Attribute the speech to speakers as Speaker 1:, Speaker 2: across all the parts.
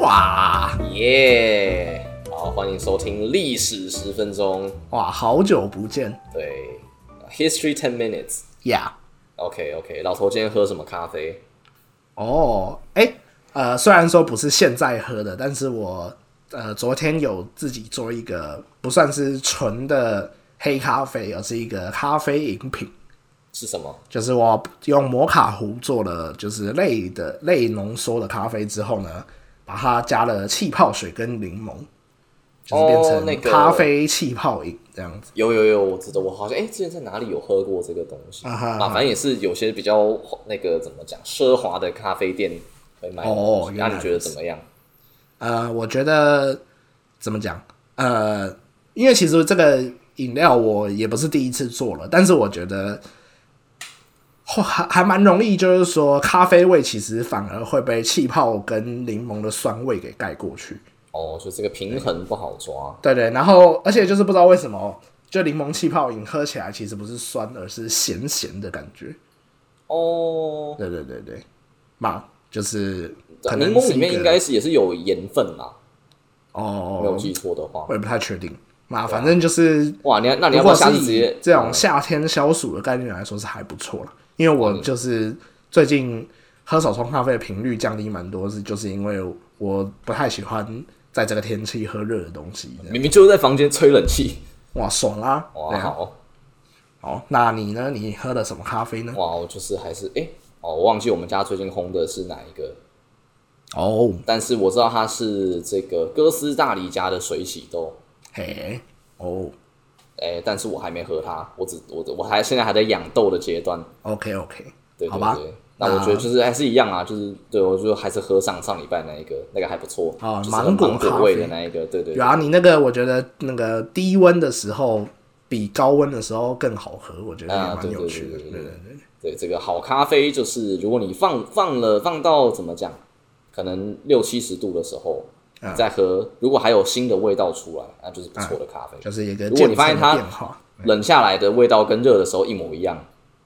Speaker 1: 哇
Speaker 2: 耶！然后欢迎收听历史十分钟，
Speaker 1: 哇，好久不见
Speaker 2: 对，History Ten Minutes。
Speaker 1: 呀！
Speaker 2: OK OK，老头今天喝什么咖啡？
Speaker 1: 哦，哎，呃，虽然说不是现在喝的，但是我呃昨天有自己做一个不算是纯的黑咖啡，而是一个咖啡饮品，
Speaker 2: 是什么？
Speaker 1: 就是我用摩卡壶做了就是类的类浓缩的咖啡之后呢，把它加了气泡水跟柠檬，就是变
Speaker 2: 哦那
Speaker 1: 成
Speaker 2: 个
Speaker 1: 咖啡气泡饮这样子。
Speaker 2: 有有有，我记得我好像哎、之前在哪里有喝过这个东西
Speaker 1: 啊哈
Speaker 2: 啊，反正也是有些比较那个怎么讲奢华的咖啡店会卖的
Speaker 1: 哦
Speaker 2: 东
Speaker 1: 原
Speaker 2: 西。那、
Speaker 1: 来
Speaker 2: 你觉得怎么样？
Speaker 1: 呃，我觉得怎么讲？呃，因为其实这个饮料我也不是第一次做了，但是我觉得后还还蛮容易，就是说咖啡味其实反而会被气泡跟柠檬的酸味给盖过去。
Speaker 2: 哦，就这个平衡不好抓。
Speaker 1: 对对，然后而且就是不知道为什么，就柠檬气泡饮喝起来其实不是酸，而是咸咸的感觉。
Speaker 2: 哦，
Speaker 1: 对对对对，嘛，就是可能
Speaker 2: 柠檬
Speaker 1: 是
Speaker 2: 里
Speaker 1: 一
Speaker 2: 面
Speaker 1: 个
Speaker 2: 应该是也是有盐分啦，没有
Speaker 1: 哦，
Speaker 2: 记错的话
Speaker 1: 我。也不太确定。嘛，反正就是
Speaker 2: 哇，你要那你
Speaker 1: 如
Speaker 2: 要不
Speaker 1: 果
Speaker 2: 要下
Speaker 1: 是
Speaker 2: 次直
Speaker 1: 以
Speaker 2: 接嗯
Speaker 1: 这种夏天消暑的概念啊来说，是还不错了。因为我就是最近喝手冲咖啡的频率降低蛮多，是就是因为我不太喜欢在这个天气喝热的东西。
Speaker 2: 明明就是在房间吹冷气？
Speaker 1: 哇，爽啦！
Speaker 2: 哇，
Speaker 1: 对啊，
Speaker 2: 好
Speaker 1: 好，那你呢？你喝的什么咖啡呢？
Speaker 2: 哇，我就是还是哎、哦，我忘记我们家最近烘的是哪一个，
Speaker 1: 哦，
Speaker 2: 但是我知道它是这个哥斯大黎加的水洗豆，
Speaker 1: 嘿，哦
Speaker 2: 哎、但是我还没喝它，我只我我还现在还在养豆的阶段，
Speaker 1: ，OK OK，
Speaker 2: 对
Speaker 1: 好
Speaker 2: 对
Speaker 1: 吧
Speaker 2: 对。那我觉得就是还是一样啊，就是对我就还是喝上上礼拜那一个，那个还不错，
Speaker 1: 哦
Speaker 2: 就是
Speaker 1: 芒果
Speaker 2: 果
Speaker 1: 咖啡
Speaker 2: 味的那一个，对对对
Speaker 1: 然后啊你那个我觉得那个低温的时候比高温的时候更好喝，我觉得也
Speaker 2: 啊，
Speaker 1: 蛮
Speaker 2: 对
Speaker 1: 有
Speaker 2: 对
Speaker 1: 趣
Speaker 2: 对
Speaker 1: 的。对
Speaker 2: 对
Speaker 1: 对
Speaker 2: 对，对这个好咖啡就是如果你放放了放到怎么讲，可能六七十度的时候，你
Speaker 1: 啊
Speaker 2: 再喝，如果还有新的味道出来，那就是不错的咖啡。
Speaker 1: 就是哎一个
Speaker 2: 如果你
Speaker 1: 渐
Speaker 2: 发现
Speaker 1: 层的
Speaker 2: 它
Speaker 1: 变化。
Speaker 2: 冷下来的味道跟热的时候一模一样，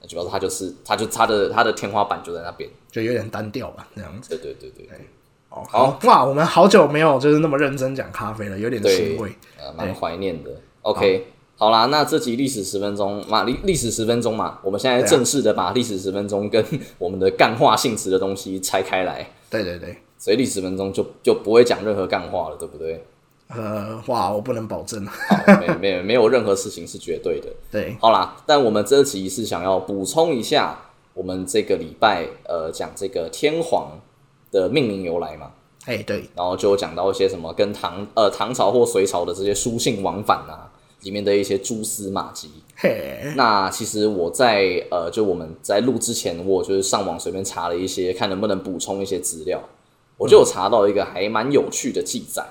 Speaker 2: 那就表示它就是它就它的它的天花板就在那边。
Speaker 1: 就有点单调吧，这样子。
Speaker 2: 对对对对对，
Speaker 1: 哦，
Speaker 2: 好，
Speaker 1: 哇，我们好久没有就是那么认真讲咖啡了，有点
Speaker 2: 对
Speaker 1: 欣慰。
Speaker 2: 呃，
Speaker 1: 哎
Speaker 2: 蛮怀念的。OK，好啦，那这集历史十分钟嘛，历历史十分钟嘛，我们现在
Speaker 1: 对啊
Speaker 2: 正式的把历史十分钟跟我们的干化性质的东西拆开来，
Speaker 1: 对对对，
Speaker 2: 所以历史十分钟就就不会讲任何干话了，对不对？
Speaker 1: 呃，哇，我不能保证。啊
Speaker 2: 好， 没没没有任何事情是绝对的。
Speaker 1: 对，
Speaker 2: 好啦，但我们这集是想要补充一下，我们这个礼拜呃讲这个天皇的命名由来嘛，
Speaker 1: 哎、对，
Speaker 2: 然后就有讲到一些什么跟唐呃唐朝或隋朝的这些书信往返啊，里面的一些蛛丝马迹。
Speaker 1: 嘿，
Speaker 2: 那其实我在呃，就我们在录之前，我就是上网随便查了一些，看能不能补充一些资料。我就有查到一个还蛮有趣的记载，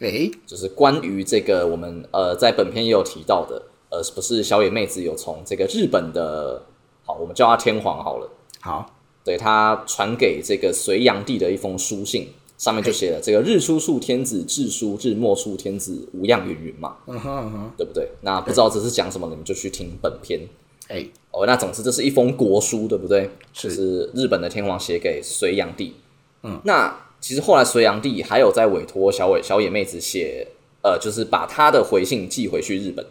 Speaker 1: 哎、
Speaker 2: 就是关于这个我们呃在本片也有提到的，呃，是不是小野妹子有从这个日本的，好，我们叫她天皇好了，
Speaker 1: 好，
Speaker 2: 对她传给这个隋炀帝的一封书信，上面就写了这个日出处天子至书至末处天子无恙云云嘛，
Speaker 1: 嗯哼嗯哼，
Speaker 2: 对不对？那不知道这是讲什么，你们就去听本片。
Speaker 1: 哎、
Speaker 2: 哦，那总之这是一封国书，对不对？
Speaker 1: 是
Speaker 2: 就是日本的天皇写给隋炀帝。嗯，那其实后来隋炀帝还有在委托小尾小野妹子写，呃，就是把他的回信寄回去日本。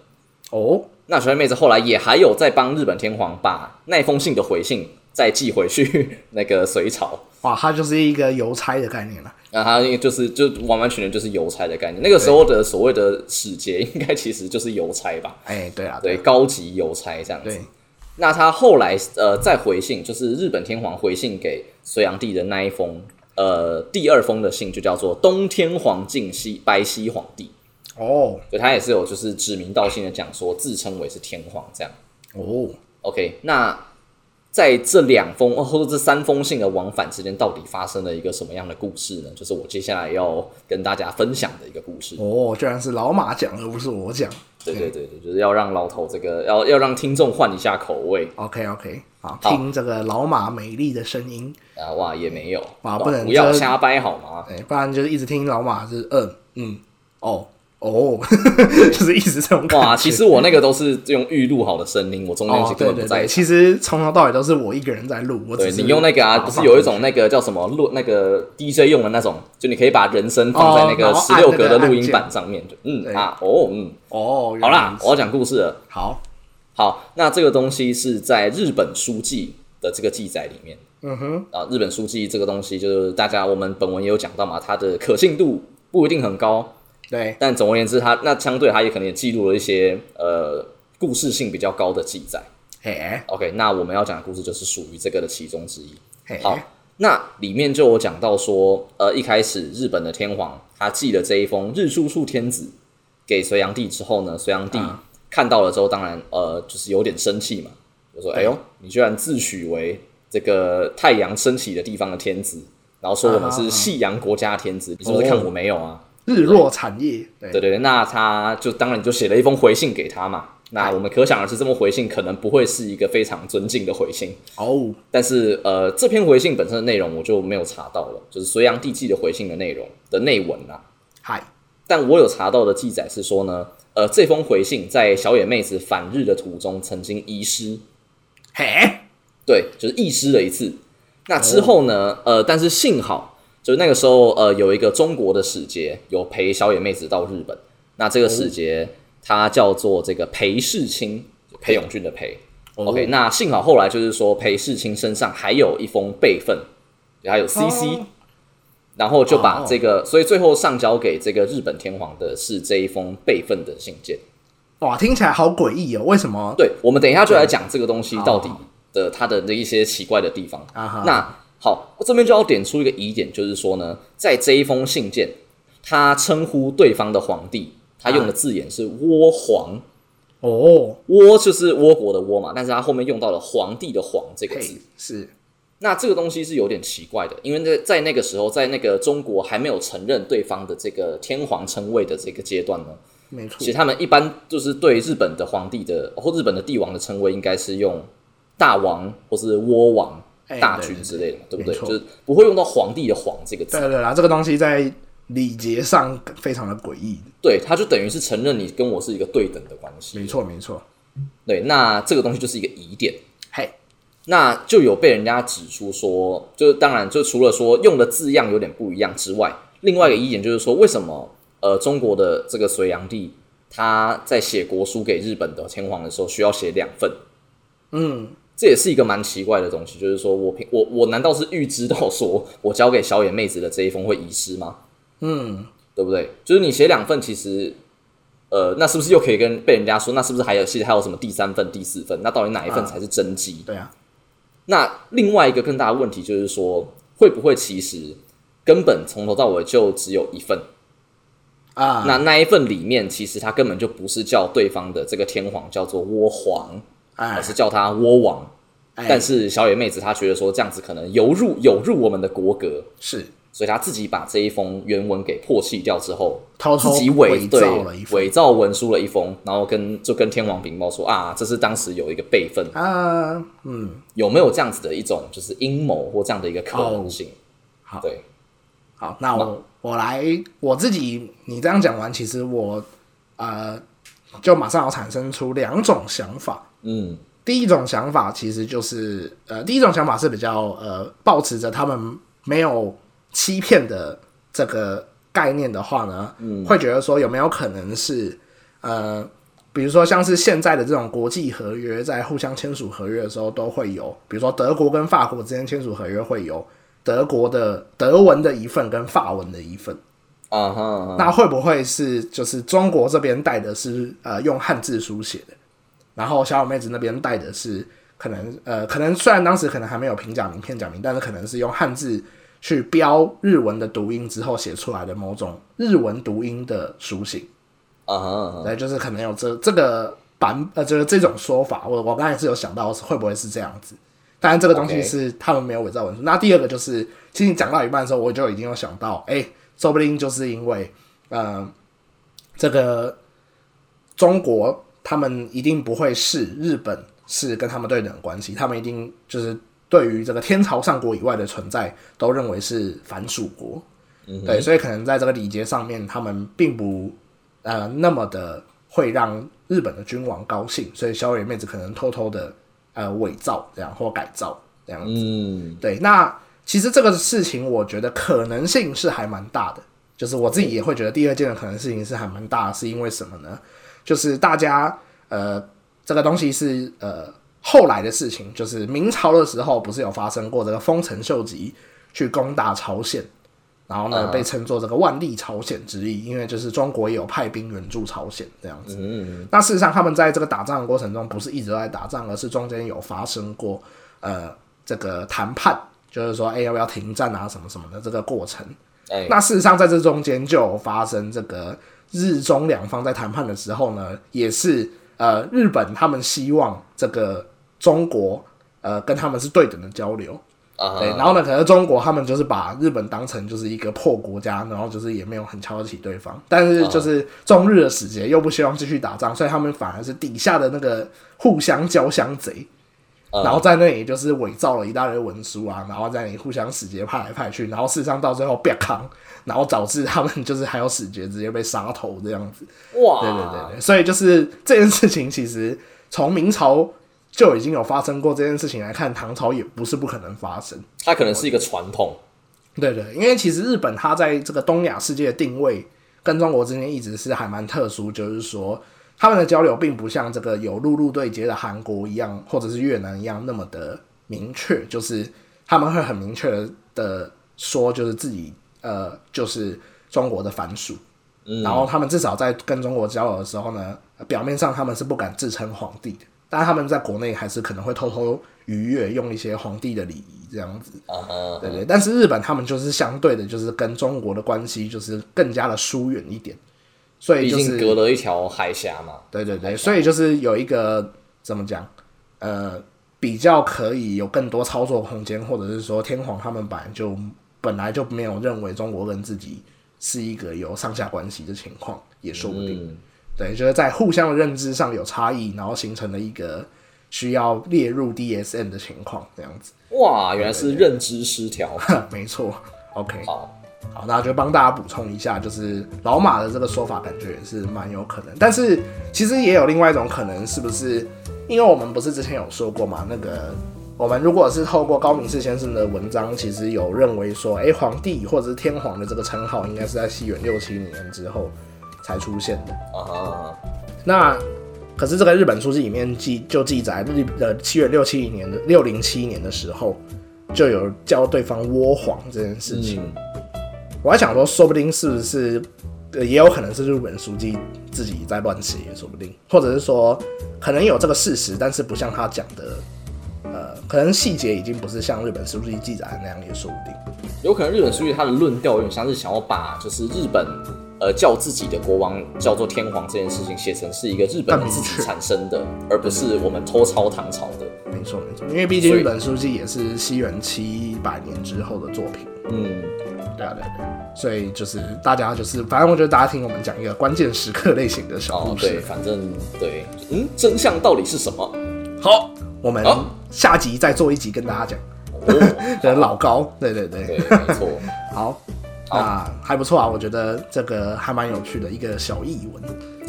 Speaker 1: 哦，
Speaker 2: 那小野妹子后来也还有在帮日本天皇把那封信的回信再寄回去那个隋朝。
Speaker 1: 哇，它就是一个邮差的概念了。
Speaker 2: 那他就是就完完全全就是邮差的概念。那个时候的所谓的使节，应该其实就是邮差吧？
Speaker 1: 哎、对啊，
Speaker 2: 对，
Speaker 1: 对
Speaker 2: 高级邮差这样子。
Speaker 1: 对，
Speaker 2: 那他后来呃再回信，就是日本天皇回信给隋炀帝的那一封，呃第二封的信就叫做《东天皇敬西白西皇帝》，
Speaker 1: 哦
Speaker 2: 所以他也是有就是指名道姓的讲说自称为是天皇这样。
Speaker 1: 哦，
Speaker 2: OK，那在这两封哦或者这三封信的往返之间，到底发生了一个什么样的故事呢？就是我接下来要跟大家分享的一个故事。
Speaker 1: 哦，居然是老马讲而不是我讲。
Speaker 2: 对对对对，就是要让老头这个要要让听众换一下口味
Speaker 1: OK OK，好，听这个老马美丽的声音，
Speaker 2: 啊！哇，也没有，
Speaker 1: 哇不能
Speaker 2: 不要
Speaker 1: 遮
Speaker 2: 瞎掰好吗？
Speaker 1: 哎、不然就是一直听老马就是嗯嗯哦哦， 就是一直这种感
Speaker 2: 哇，
Speaker 1: 觉
Speaker 2: 其实我那个都是用预录好的声音，我中间
Speaker 1: 哦
Speaker 2: 是，根
Speaker 1: 对
Speaker 2: 本
Speaker 1: 对
Speaker 2: 不在
Speaker 1: 对，
Speaker 2: 意。
Speaker 1: 其实从头到尾都是我一个人在录，我
Speaker 2: 对
Speaker 1: 只是
Speaker 2: 你用那个
Speaker 1: 把
Speaker 2: 啊，
Speaker 1: 它
Speaker 2: 不是
Speaker 1: 放
Speaker 2: 有一
Speaker 1: 进去
Speaker 2: 种那个叫什么录那个 DJ 用的那种，就你可以把人声放在那
Speaker 1: 哦
Speaker 2: 个
Speaker 1: 然后
Speaker 2: 十
Speaker 1: 按
Speaker 2: 六
Speaker 1: 那
Speaker 2: 格
Speaker 1: 个
Speaker 2: 的录
Speaker 1: 按
Speaker 2: 音
Speaker 1: 键
Speaker 2: 板上面，就嗯
Speaker 1: 对
Speaker 2: 啊哦嗯，
Speaker 1: 哦，
Speaker 2: 好
Speaker 1: 原来
Speaker 2: 啦
Speaker 1: 如，此
Speaker 2: 我要讲故事了。
Speaker 1: 好，
Speaker 2: 好，那这个东西是在日本书记的这个记载里面
Speaker 1: 嗯哼，
Speaker 2: 啊，日本书记这个东西就是大家我们本文也有讲到嘛，它的可信度不一定很高，
Speaker 1: 对，
Speaker 2: 但总而言之它，那相对它也可能也记录了一些呃故事性比较高的记载。
Speaker 1: 嘿，
Speaker 2: OK，那我们要讲的故事就是属于这个的其中之一。
Speaker 1: 嘿，
Speaker 2: 好，那里面就有讲到说，呃，一开始日本的天皇他寄了这一封日出处天子给隋炀帝之后呢，隋炀帝
Speaker 1: 啊
Speaker 2: 看到了之后，当然呃就是有点生气嘛，就说：“哎呦，你居然自诩为这个太阳升起的地方的天子，然后说我
Speaker 1: 啊
Speaker 2: 们
Speaker 1: 啊哦
Speaker 2: 是夕阳国家的天子，你是不是看我没有啊？”
Speaker 1: 日落产业，
Speaker 2: 对
Speaker 1: 对，
Speaker 2: 对对，那他就当然就写了一封回信给他嘛。
Speaker 1: 哎
Speaker 2: 那我们可想而知，这封回信可能不会是一个非常尊敬的回信。
Speaker 1: 哦，
Speaker 2: 但是呃，这篇回信本身的内容我就没有查到了，就是隋炀帝寄的回信的内容的内文啦、
Speaker 1: 嗨，
Speaker 2: 但我有查到的记载是说呢，呃，这封回信在小野妹子返日的途中曾经遗失，
Speaker 1: 嘿，
Speaker 2: 对，就是遗失了一次。那之后呢，呃，但是幸好就是那个时候，呃，有一个中国的使节有陪小野妹子到日本，那这个
Speaker 1: 哦
Speaker 2: 使节、他叫做这个裴世清，就裴勇俊的裴。
Speaker 1: 哦
Speaker 2: OK，那幸好后来就是说裴世清身上还有一封备份，就还有 CC，、
Speaker 1: 哦
Speaker 2: 然后就把
Speaker 1: 哦
Speaker 2: 这个，所以最后上交给这个日本天皇的是这一封备份的信件。
Speaker 1: 哇，听起来好诡异哦，为什么？
Speaker 2: 对，我们等一下就来讲这个东西
Speaker 1: 好
Speaker 2: 到底的它的那一些奇怪的地方。
Speaker 1: 啊哈
Speaker 2: 那好，我这边就要点出一个疑点，就是说呢，在这一封信件，他称呼对方的皇帝，他
Speaker 1: 啊
Speaker 2: 用的字眼是倭皇，
Speaker 1: 哦，
Speaker 2: 倭就是倭国的倭嘛，但是他后面用到了皇帝的皇这个字
Speaker 1: 嘿，，是，
Speaker 2: 那这个东西是有点奇怪的，因为在在那个时候，在那个中国还没有承认对方的这个天皇称谓的这个阶段呢，
Speaker 1: 没错
Speaker 2: 其实，他们一般就是对日本的皇帝的或日本的帝王的称谓，应该是用大王或是倭王、
Speaker 1: 哎
Speaker 2: 大君之类的嘛，对
Speaker 1: 对
Speaker 2: 不对？
Speaker 1: 没错
Speaker 2: 就是不会用到皇帝的皇这个字
Speaker 1: 对，对啦，这个东西在礼节上非常的诡异，
Speaker 2: 对，他就等于是承认你跟我是一个对等的关系。
Speaker 1: 没错，没错，
Speaker 2: 对，那这个东西就是一个疑点。
Speaker 1: 嘿，
Speaker 2: 那就有被人家指出说，就是当然，就除了说用的字样有点不一样之外，另外一个意见就是说，为什么呃中国的这个隋炀帝他在写国书给日本的天皇的时候需要写两份？
Speaker 1: 嗯，
Speaker 2: 这也是一个蛮奇怪的东西，就是说我平我我难道是预知到说我交给小野妹子的这一封会遗失吗？
Speaker 1: 嗯，
Speaker 2: 对不对？就是你写两份，其实，呃，那是不是又可以跟被人家说，那是不是还有其实还有什么第三份、第四份？那到底哪一份才是真机？
Speaker 1: 对啊，
Speaker 2: 那另外一个更大的问题就是说，会不会其实根本从头到尾就只有一份？
Speaker 1: 啊，
Speaker 2: 那那一份里面，其实他根本就不是叫对方的这个天皇叫做倭皇，
Speaker 1: 哎
Speaker 2: 而，是叫他倭王。
Speaker 1: 哎
Speaker 2: 但是小野妹子她觉得说这样子可能有入有入我们的国格，
Speaker 1: 是
Speaker 2: 所以她自己把这一封原文给破弃掉之后，
Speaker 1: 偷偷
Speaker 2: 自己
Speaker 1: 伪
Speaker 2: 伪对
Speaker 1: 造了一份
Speaker 2: 伪造文书了一封，然后跟就跟天王禀报说啊，这是当时有一个备份，
Speaker 1: 啊，嗯，
Speaker 2: 有没有这样子的一种就是阴谋或这样的一个可能性？
Speaker 1: 哦好
Speaker 2: 对，
Speaker 1: 好，那我我来我自己，你这样讲完，其实我呃，就马上要产生出两种想法。
Speaker 2: 嗯，
Speaker 1: 第一种想法其实就是，呃，第一种想法是比较呃，保持着他们没有欺骗的这个概念的话呢，会觉得说有没有可能是，呃，比如说像是现在的这种国际合约，在互相签署合约的时候都会有，比如说德国跟法国之间签署合约会有德国的德文的一份跟法文的一份，
Speaker 2: 啊哈啊哈，
Speaker 1: 那会不会是就是中国这边带的是呃用汉字书写的，然后小小妹子那边带的是可能呃可能虽然当时可能还没有平假名片假名，但是可能是用汉字去标日文的读音之后写出来的某种日文读音的书写，
Speaker 2: 啊哈啊哈，
Speaker 1: 对，就是可能有这这个版呃就是这种说法，我我刚才也是有想到会不会是这样子。当然，这个东西
Speaker 2: OK
Speaker 1: 是他们没有伪造文书。那第二个就是，其实你讲到一半的时候，我就已经有想到，哎、说不定就是因为，呃，这个中国他们一定不会视日本是跟他们对等的关系，他们一定就是对于这个天朝上国以外的存在，都认为是凡属国。对，所以可能在这个礼节上面，他们并不呃那么的会让日本的君王高兴，所以小野妹子可能偷偷的呃伪造这样或改造这样子。
Speaker 2: 嗯，
Speaker 1: 对，那其实这个事情我觉得可能性是还蛮大的，就是我自己也会觉得第二件的可能性是还蛮大的，是因为什么呢？就是大家呃这个东西是呃后来的事情，就是明朝的时候不是有发生过这个丰臣秀吉去攻打朝鲜。然后呢，被称作这个万历朝鲜之役，因为就是中国也有派兵援助朝鲜这样子。那事实上，他们在这个打仗的过程中，不是一直都在打仗，而是中间有发生过呃这个谈判，就是说，哎、要不要停战啊，什么什么的这个过程。
Speaker 2: 哎，
Speaker 1: 那事实上，在这中间就有发生这个日中两方在谈判的时候呢，也是呃日本他们希望这个中国呃跟他们是对等的交流，
Speaker 2: 啊
Speaker 1: 对，然后呢，可能中国他们就是把日本当成就是一个破国家，然后就是也没有很瞧得起对方，但
Speaker 2: 啊
Speaker 1: 是就是中日的使节又不希望继续打仗，所以他们反而是底下的那个互相交相贼，
Speaker 2: 嗯
Speaker 1: 然后在那里就是伪造了一大堆文书啊，然后在那里互相使节派来派去，然后事实上到最后变康，然后导致他们就是还有使节直接被杀头这样子，
Speaker 2: 嗯哇，
Speaker 1: 对对对对，所以就是这件事情其实从明朝。就已经有发生过这件事情来看，唐朝也不是不可能发生。
Speaker 2: 它可能是一个传统，
Speaker 1: 对对，因为其实日本它在这个东亚世界的定位跟中国之间一直是还蛮特殊，就是说他们的交流并不像这个有陆路对接的韩国一样，或者是越南一样那么的明确，就是他们会很明确的说，就是自己呃就是中国的藩属，然后他们至少在跟中国交流的时候呢，表面上他们是不敢自称皇帝的，但他们在国内还是可能会偷偷逾越，用一些皇帝的礼仪这样子。
Speaker 2: 啊哈，
Speaker 1: 对对，但是日本他们就是相对的，就是跟中国的关系就是更加的疏远一点，所以
Speaker 2: 毕
Speaker 1: 就
Speaker 2: 竟
Speaker 1: 是
Speaker 2: 隔了一条海峡嘛。
Speaker 1: 对对对，所以就是有一个怎么讲，呃，比较可以有更多操作空间，或者是说天皇他们本来就本来就没有认为中国跟自己是一个有上下关系的情况，也说不定。
Speaker 2: 嗯
Speaker 1: 对，就是在互相的认知上有差异，然后形成了一个需要列入 DSM 的情况，这样子。
Speaker 2: 哇，原来是认知失调。
Speaker 1: 没错，OK。
Speaker 2: 好，
Speaker 1: 好，那就帮大家补充一下，就是老马的这个说法，感觉也是蛮有可能。但是其实也有另外一种可能，是不是？因为我们不是之前有说过嘛，那个我们如果是透过高明士先生的文章，其实有认为说，诶，皇帝或者是天皇的这个称号，应该是在西元六七年之后才出现的。
Speaker 2: 啊哈，
Speaker 1: 那可是这个日本书记里面记就记载日呃七月六七年的六零七年的时候，就有叫对方倭皇这件事
Speaker 2: 嗯
Speaker 1: 情。我还想说，说不定是不是、呃也有可能是日本书记自己在乱写，也说不定，或者是说可能有这个事实，但是不像他讲的。呃，可能细节已经不是像日本书记记载的那样，也说不定。
Speaker 2: 有可能日本书记他的论调有点像是想要把就是日本呃叫自己的国王叫做天皇这件事情写成是一个日本人自己产生的，而不是我们偷抄唐朝的。
Speaker 1: 没错没错，因为毕竟
Speaker 2: 所以
Speaker 1: 日本书记也是西元七百年之后的作品。
Speaker 2: 嗯，
Speaker 1: 对啊，对啊对啊，所以就是大家就是，反正我觉得大家听我们讲一个关键时刻类型的小
Speaker 2: 哦
Speaker 1: 故
Speaker 2: 对，
Speaker 1: 事。
Speaker 2: 反正对，嗯，真相到底是 什么？
Speaker 1: 好，我们
Speaker 2: 好
Speaker 1: 下集再做一集跟大家讲。
Speaker 2: 哦，
Speaker 1: 对，老高，对对对，
Speaker 2: 对，没错，
Speaker 1: 好，那还不错啊，我觉得这个还蛮有趣的一个小译文。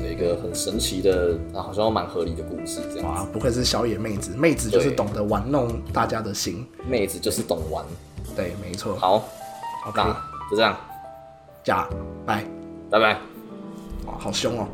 Speaker 2: 有一个很神奇的啊，好像蛮合理的故事这样。
Speaker 1: 哇，不愧是小野妹子，妹子就是
Speaker 2: 对
Speaker 1: 懂得玩弄大家的心。
Speaker 2: 妹子就是懂玩，
Speaker 1: 对，没错。
Speaker 2: 好，
Speaker 1: OK，
Speaker 2: 那就这样，
Speaker 1: 加拜，
Speaker 2: 拜拜。
Speaker 1: 哇，好凶哦。